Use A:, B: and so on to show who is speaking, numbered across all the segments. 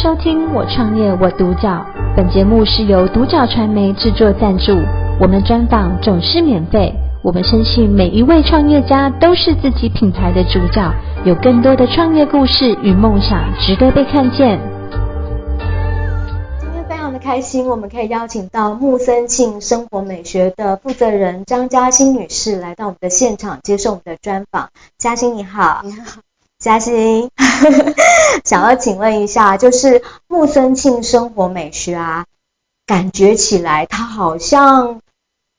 A: 收听《我创业我独角》，本节目是由独角传媒制作赞助，我们专访总是免费。我们深信每一位创业家都是自己品牌的主角，有更多的创业故事与梦想值得被看见。
B: 今天非常的开心，我们可以邀请到木森庆生活美学的负责人张嘉欣女士来到我们的现场接受我们的专访。嘉欣你好，
C: 你好，
B: 嘉欣， 想要请问一下，就是木森庆生活美学啊，感觉起来它好像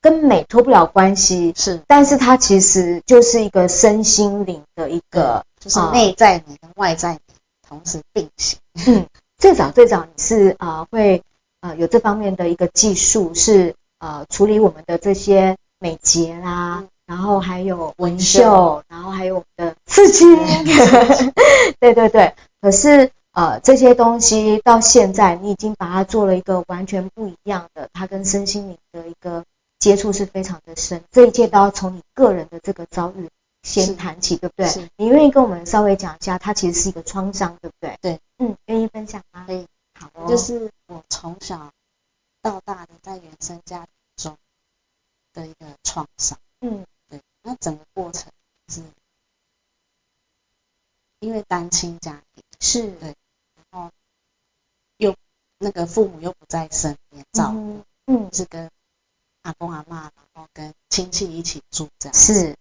B: 跟美脱不了关系，
C: 是
B: 但是它其实就是一个身心灵的一个，
C: 嗯就是
B: 啊
C: 内在美跟外在美同时并行。
B: 最早最早你是呃会呃有这方面的一个技术，是呃处理我们的这些美睫啦，
C: 嗯
B: 然后还有纹
C: 纹
B: 绣
C: 绣，
B: 然后还有我们的刺青， 对对对。可是呃这些东西到现在，你已经把它做了一个完全不一样的，它跟身心灵的一个接触是非常的深。这一切都要从你个人的这个遭遇
C: 是
B: 先谈起，对不对
C: 是？
B: 你愿意跟我们稍微讲一下，它其实是一个创伤，对不对？
C: 对，
B: 嗯，愿意分享吗？
C: 可以，
B: 好哦，
C: 就是我从小到大的在原生家庭中的一个创伤。
B: 嗯
C: 对，那整个过程是因为单亲家庭，
B: 是，
C: 对然后又那个父母又不在身边照顾，
B: 嗯嗯
C: 是跟阿公阿嬷，然后跟亲戚一起住这样。
B: 是，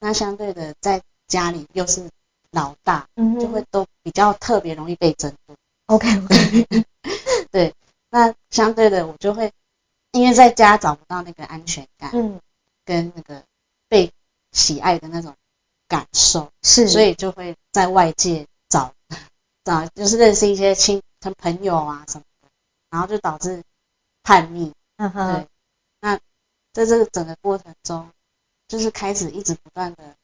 C: 那相对的，在家里又是老大，
B: 嗯
C: 就会都比较特别容易被针 对。
B: OK OK，
C: 那相对的，我就会因为在家找不到那个安全感
B: 嗯
C: 跟那个被喜爱的那种感受，
B: 是，
C: 所以就会在外界找找，就是认识一些亲朋朋友啊什么的，然后就导致叛逆。
B: 嗯
C: 对
B: 哼，，
C: 那在这个整个过程中，就是开始一直不断的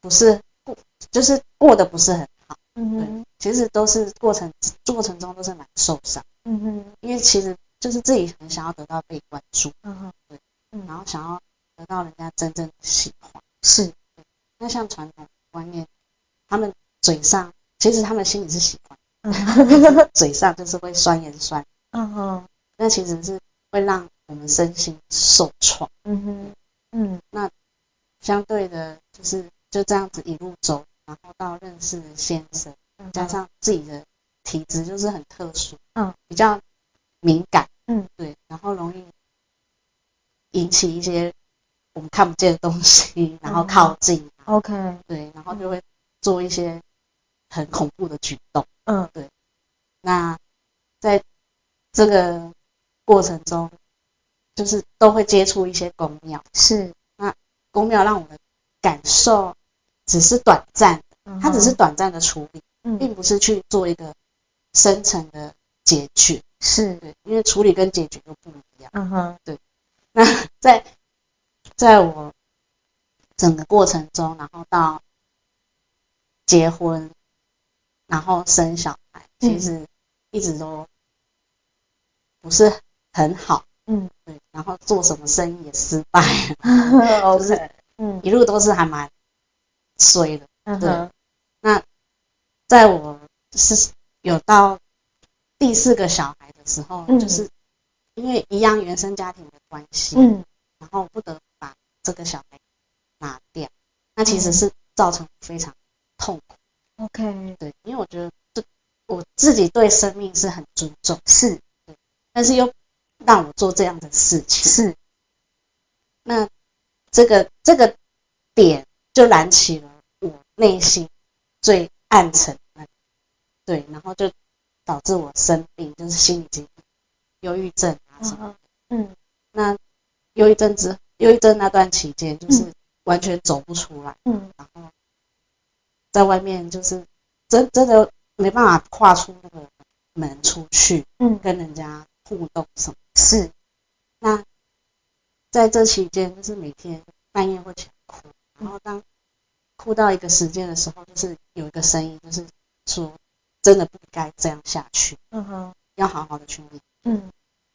C: 不是过，就是过得不是很好。
B: 嗯哼
C: 对，其实都是过程过程中都是蛮受伤，
B: 嗯哼，
C: 因为其实就是自己很想要得到被关注，
B: 嗯哼，
C: 然后想要得到人家真正的喜欢。
B: 是，
C: 那像传统观念，他们嘴上其实他们心里是喜欢，
B: 嗯
C: 嘴上就是会酸言酸，
B: 嗯哼，
C: 那其实是会让我们身心受创。
B: 嗯哼，嗯
C: 相对的，就是就这样子一路走，然后到认识了先生，
B: 嗯，
C: 加上自己的体质就是很特殊，
B: 嗯，
C: 比较敏感，
B: 嗯，
C: 对，然后容易引起一些我们看不见的东西， 然
B: 嗯
C: 后靠近啊，
B: OK，嗯
C: 对，然后就会做一些很恐怖的举动。
B: 嗯
C: 那在这个过程中，就是都会接触一些公庙，
B: 是，
C: 公庙让我的感受只是短暂，
B: 嗯
C: 它只是
B: 哼
C: 短暂的处理，并
B: 嗯
C: 不是去做一个深层的解决。
B: 是，
C: 对，因为处理跟解决又不一样。
B: 嗯哼
C: 那在在我整个过程中，然后到结婚，然后生小孩，
B: 嗯
C: 其实一直都不是很好。
B: 嗯，
C: 对，然后做什么生意也失败，
B: ，OK，
C: 是
B: 嗯
C: 一路都是还蛮衰的。
B: 嗯
C: 对
B: 哼
C: 在我是有到第四个小孩的时候，
B: 嗯
C: 就是因为一样原生家庭的关系，
B: 嗯
C: 然后不得不把这个小孩拿掉，那其
B: 嗯
C: 实是造成我非常痛苦。
B: ，OK，
C: 对，因为我觉得这我自己对生命是很尊重，
B: 是
C: 但是又让我做这样的事情，
B: 是，
C: 那这个这个点就燃起了我内心最暗沉的那个，对，然后就导致我生病，就是心理疾病、忧郁症啊什
B: 嗯哼
C: 么。
B: 嗯
C: 那忧郁症之忧郁症那段期间，就是完全走不出来，
B: 嗯
C: 然后在外面就是真真的没办法跨出那个门出去
B: 嗯
C: 跟人家互动什么。
B: 是，
C: 那在这期间，就是每天半夜会起来哭，
B: 嗯
C: 然后当哭到一个时间的时候，就是有一个声音，就是说真的不该这样下去，
B: 嗯哼
C: 要好好的去面
B: 嗯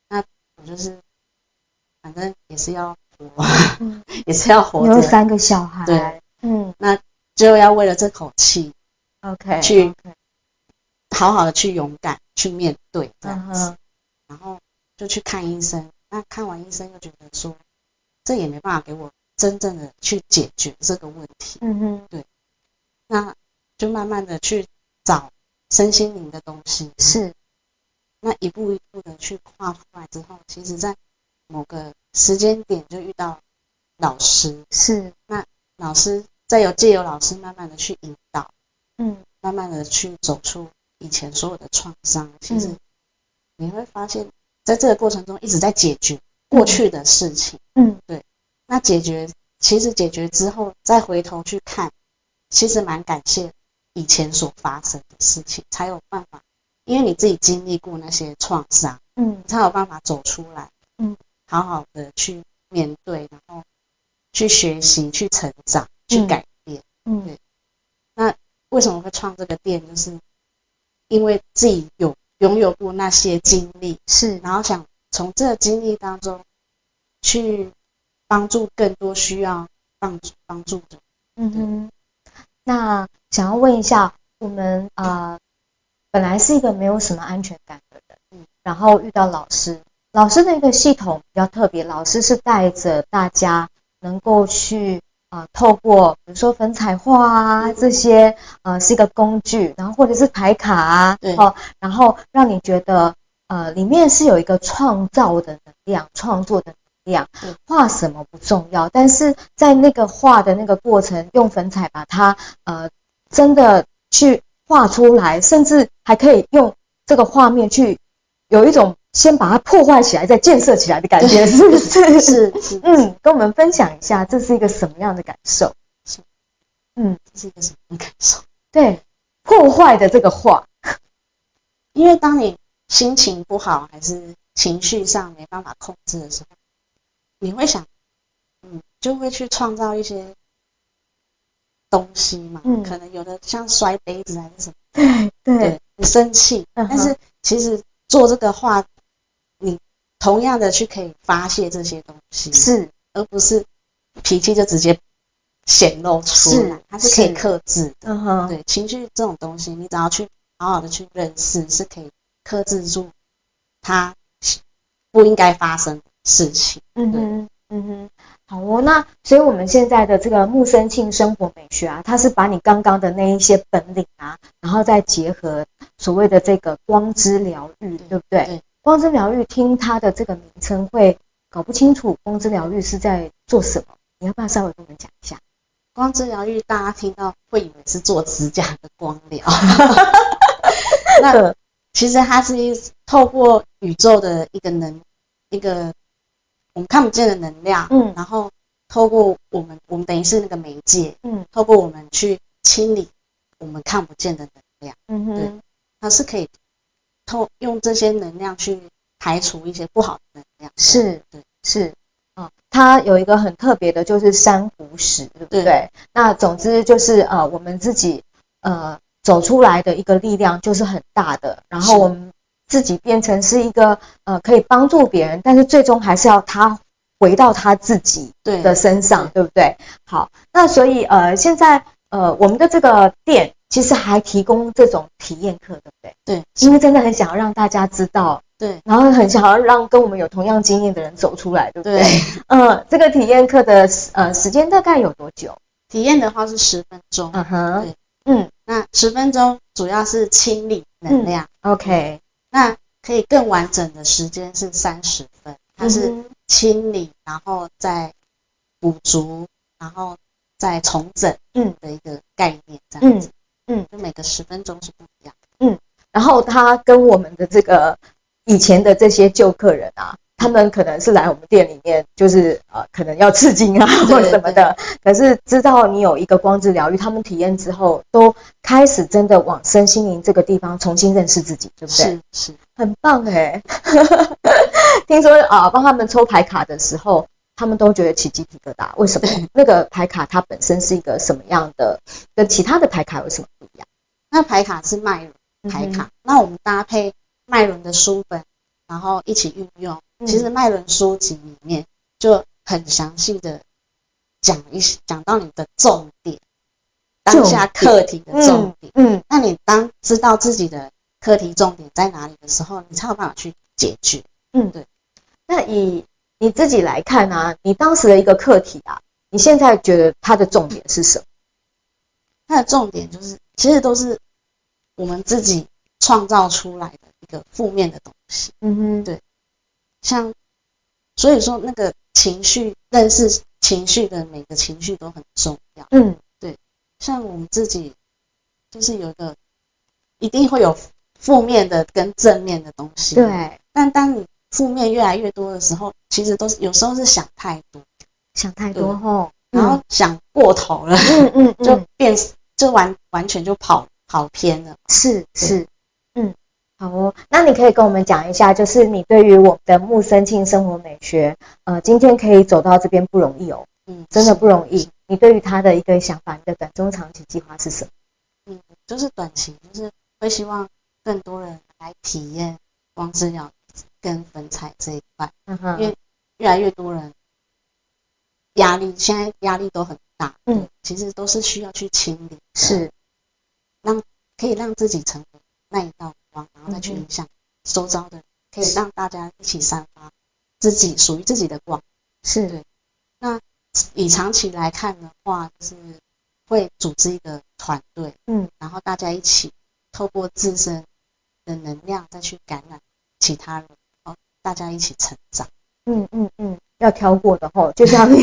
C: 对。我就是反正也是要活，
B: 嗯，
C: 也是要活
B: 你有
C: 着，
B: 三个小孩，
C: 对，
B: 嗯
C: 就要为了这口气
B: ，OK，
C: 去
B: OK，
C: 好好的去勇敢去面对这
B: 嗯
C: 样子，
B: 哼，
C: 然后就去看医生。那看完医生又觉得说，这也没办法给我真正的去解决这个问题，
B: 嗯哼，
C: 那就慢慢的去找身心灵的东西，
B: 是，
C: 那一步一步的去跨出来之后，其实在某个时间点就遇到老师，
B: 是，
C: 老师再有借由老师慢慢的去引导，
B: 嗯，
C: 慢慢的去走出以前所有的创伤，其实
B: 嗯
C: 你会发现，在这个过程中一直在解决过去的事情。
B: 嗯，
C: 那解决其实解决之后，再回头去看，其实蛮感谢以前所发生的事情，才有办法，因为你自己经历过那些创伤，
B: 嗯
C: 你，才有办法走出来，
B: 嗯，
C: 好好的去面对，然后去学习、去成长、去
B: 嗯
C: 改变。
B: 嗯
C: 对，为什么会创这个店，就是因为自己有拥有过那些经历，
B: 是，
C: 然后想从这个经历当中去帮助更多需要帮助帮助的。
B: 嗯哼，那想要问一下，我们呃本来是一个没有什么安全感的人，
C: 嗯
B: 然后遇到老师，老师的一个系统比较特别，老师是带着大家能够去呃透过比如说粉彩画啊这些呃是一个工具，然后或者是牌卡啊，
C: 对
B: 哦，然后让你觉得呃里面是有一个创造的能量，创作的能量。画什么不重要，但是在那个画的那个过程，用粉彩把它呃真的去画出来，甚至还可以用这个画面去有一种先把它破坏起来再建设起来的感觉，是不是？
C: 是是，嗯，
B: 嗯，跟我们分享一下这是一个什么样的感受？
C: 这是一个什么感受？
B: 对，破坏的这个画，
C: 因为当你心情不好还是情绪上没办法控制的时候，你会想，嗯，就会去创造一些东西嘛，
B: 嗯
C: 可能有的像摔杯子还是什么，
B: 对对
C: 对，你生气，
B: 嗯哼
C: 但是其实做这个画，你同样的去可以发泄这些东西，
B: 是，
C: 而不是脾气就直接显露出来
B: 是，
C: 它是可以
B: 是
C: 克制的。
B: 嗯哼，
C: 对，情绪这种东西，你只要去好好的去认识，是可以克制住它不应该发生的事情。
B: 嗯哼，嗯哼，好哦。那所以我们现在的这个木生庆生活美学啊，它是把你刚刚的那一些本领啊，然后再结合所谓的这个光之疗愈，嗯对不对？
C: 对
B: 光之疗愈，听它的这个名称会搞不清楚，光之疗愈是在做什么？你要不要稍微跟我们讲一下？
C: 光之疗愈，大家听到会以为是做指甲的光 疗，那其实它是一透过宇宙的一个能，一个我们看不见的能量，
B: 嗯
C: 然后透过我们，我们等于是那个媒介，
B: 嗯
C: 透过我们去清理我们看不见的能量。
B: 嗯哼，
C: 它是可以透用这些能量去排除一些不好的能量。
B: 是
C: 对
B: 是。
C: 嗯
B: 啊，它有一个很特别的，就是珊瑚石，对不对？
C: 对
B: 那总之就是呃，我们自己呃走出来的一个力量就是很大的，然后
C: 是
B: 我们自己变成是一个呃可以帮助别人，但是最终还是要他回到他自己
C: 对
B: 的身上，对不对？好，那所以呃，现在呃我们的这个店其实还提供这种体验课，对不对？
C: 对
B: 因为真的很想要让大家知道，
C: 对
B: 然后很想要让跟我们有同样经验的人走出来，对不对？
C: 对，
B: 嗯，这个体验课的呃时间大概有多久？
C: 体验的话是十分钟，
B: 嗯哼
C: 对，
B: 嗯
C: 那十分钟主要是清理能量，
B: ，OK，
C: 那可以更完整的时间是三十分，它是
B: 嗯哼
C: 清理，然后再补足，然后再重整，
B: 嗯
C: 的一个概念这样
B: 嗯
C: 子，
B: 嗯，
C: 就每个十分钟是不一样的。
B: 然后他跟我们的这个以前的这些旧客人啊，他们可能是来我们店里面，就是呃可能要刺激啊
C: 对
B: 或什么的，可是知道你有一个光之疗愈，他们体验之后都开始真的往身心灵这个地方重新认识自己，对不对？
C: 是是，
B: 很棒哎、 听说啊，帮他们抽牌卡的时候，他们都觉得起鸡皮疙瘩。为什么？ 那个牌卡它本身是一个什么样的？跟其他的牌卡有什么不一样？
C: 那牌卡是脉轮。
B: 嗯
C: 牌卡。那我们搭配脉轮的书本，然后一起运用。
B: 嗯
C: 其实脉轮书籍里面就很详细的讲一些讲到你的重点，
B: 重点
C: 当下课题的重点。
B: 嗯，
C: 那你当知道自己的课题重点在哪里的时候，你才有办法去解决。
B: 那以你自己来看啊，你当时的一个课题啊，你现在觉得它的重点是什么？
C: 它的重点就是，其实都是我们自己创造出来的一个负面的东西。
B: 嗯哼
C: 对像所以说那个情绪，认识情绪的每个情绪都很重要。
B: 嗯
C: 像我们自己就是有一个一定会有负面的跟正面的东西。。
B: 嗯对，
C: 但当你负面越来越多的时候，其实都是有时候是想太多，
B: 想太
C: 对
B: 多吼，
C: 然后想过头了，
B: 嗯嗯嗯
C: 就变就完完全就跑跑偏了。
B: 是
C: 对
B: 是，嗯，好哦。那你可以跟我们讲一下，就是你对于我们的木森庆生活美学，呃，今天可以走到这边不容易哦，
C: 嗯，
B: 真的不容易。你对于他的一个想法，你的短中长期计划是什么？
C: 嗯，就是短期，就是会希望更多人来体验光治疗跟粉彩这一块，
B: 嗯
C: 因
B: 哼，
C: 为越来越多人压力，现在压力都很大，
B: 嗯
C: 对，其实都是需要去清理，
B: 是
C: 可以让自己成为那一道光，然后再去
B: 嗯哼
C: 影响周遭的人，可以让大家一起散发自己属于自己的光。
B: 是
C: 对，以长期来看的话，就是会组织一个团队，
B: 嗯，
C: 然后大家一起透过自身的能量再去感染其他人，然后大家一起成长。
B: 嗯嗯嗯，要挑过的吼，就 像你，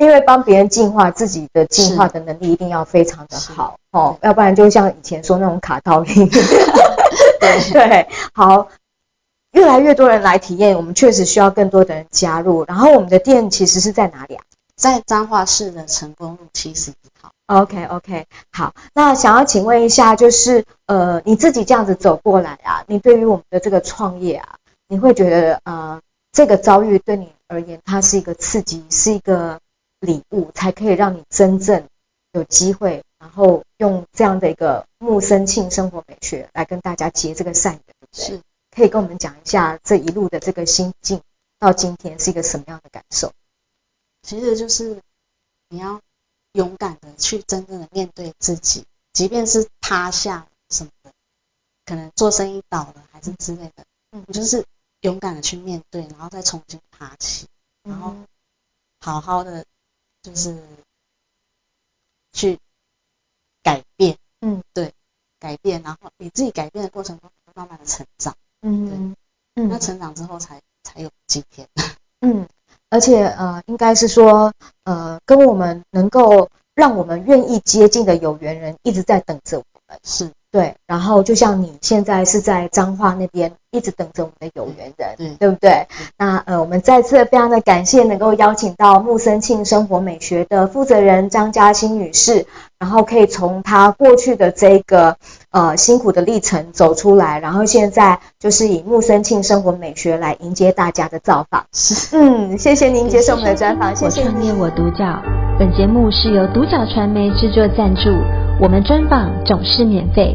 B: 因为帮别人净化自己的净化的能力一定要非常的
C: 是
B: 好哦，要不然就像以前说那种卡套音。 对，好，越来越多人来体验，我们确实需要更多的人加入。然后我们的店其实是在哪里啊
C: 在彰化市的成功路七十一号，
B: ？OK OK，好，那想要请问一下，就是呃，你自己这样子走过来啊，你对于我们的这个创业啊，你会觉得呃，这个遭遇对你而言，它是一个刺激，是一个礼物，才可以让你真正有机会，然后用这样的一个木生庆生活美学来跟大家结这个善缘，对不对？
C: 是
B: 可以跟我们讲一下这一路的这个心境，到今天是一个什么样的感受？
C: 其实就是你要勇敢的去真正的面对自己，即便是趴下什么的，可能做生意倒了还是之类的，
B: 嗯
C: 你就是勇敢的去面对，然后再重新爬起，然后
B: 嗯
C: 好好的就是去改变，
B: 嗯，
C: 对，改变，然后你自己改变的过程中，你会慢慢的成长，
B: 嗯
C: 那
B: 嗯
C: 成长之后才才有今天，
B: 嗯，而且呃，应该是说呃，跟我们能够让我们愿意接近的有缘人一直在等着我们，
C: 是
B: 对。然后就像你现在是在彰化那边一直等着我们的有缘人，
C: 对
B: 对不对？那呃，我们再次非常的感谢能够邀请到木森庆生活美学的负责人张嘉欣女士，然后可以从她过去的这个呃辛苦的历程走出来，然后现在就是以木森庆生活美学来迎接大家的造访。
C: 是，
B: 嗯，谢谢您接受我们的专访，谢
A: 我
B: 谢您
A: 创业我独角。本节目是由独角传媒制作赞助，我们专访总是免费。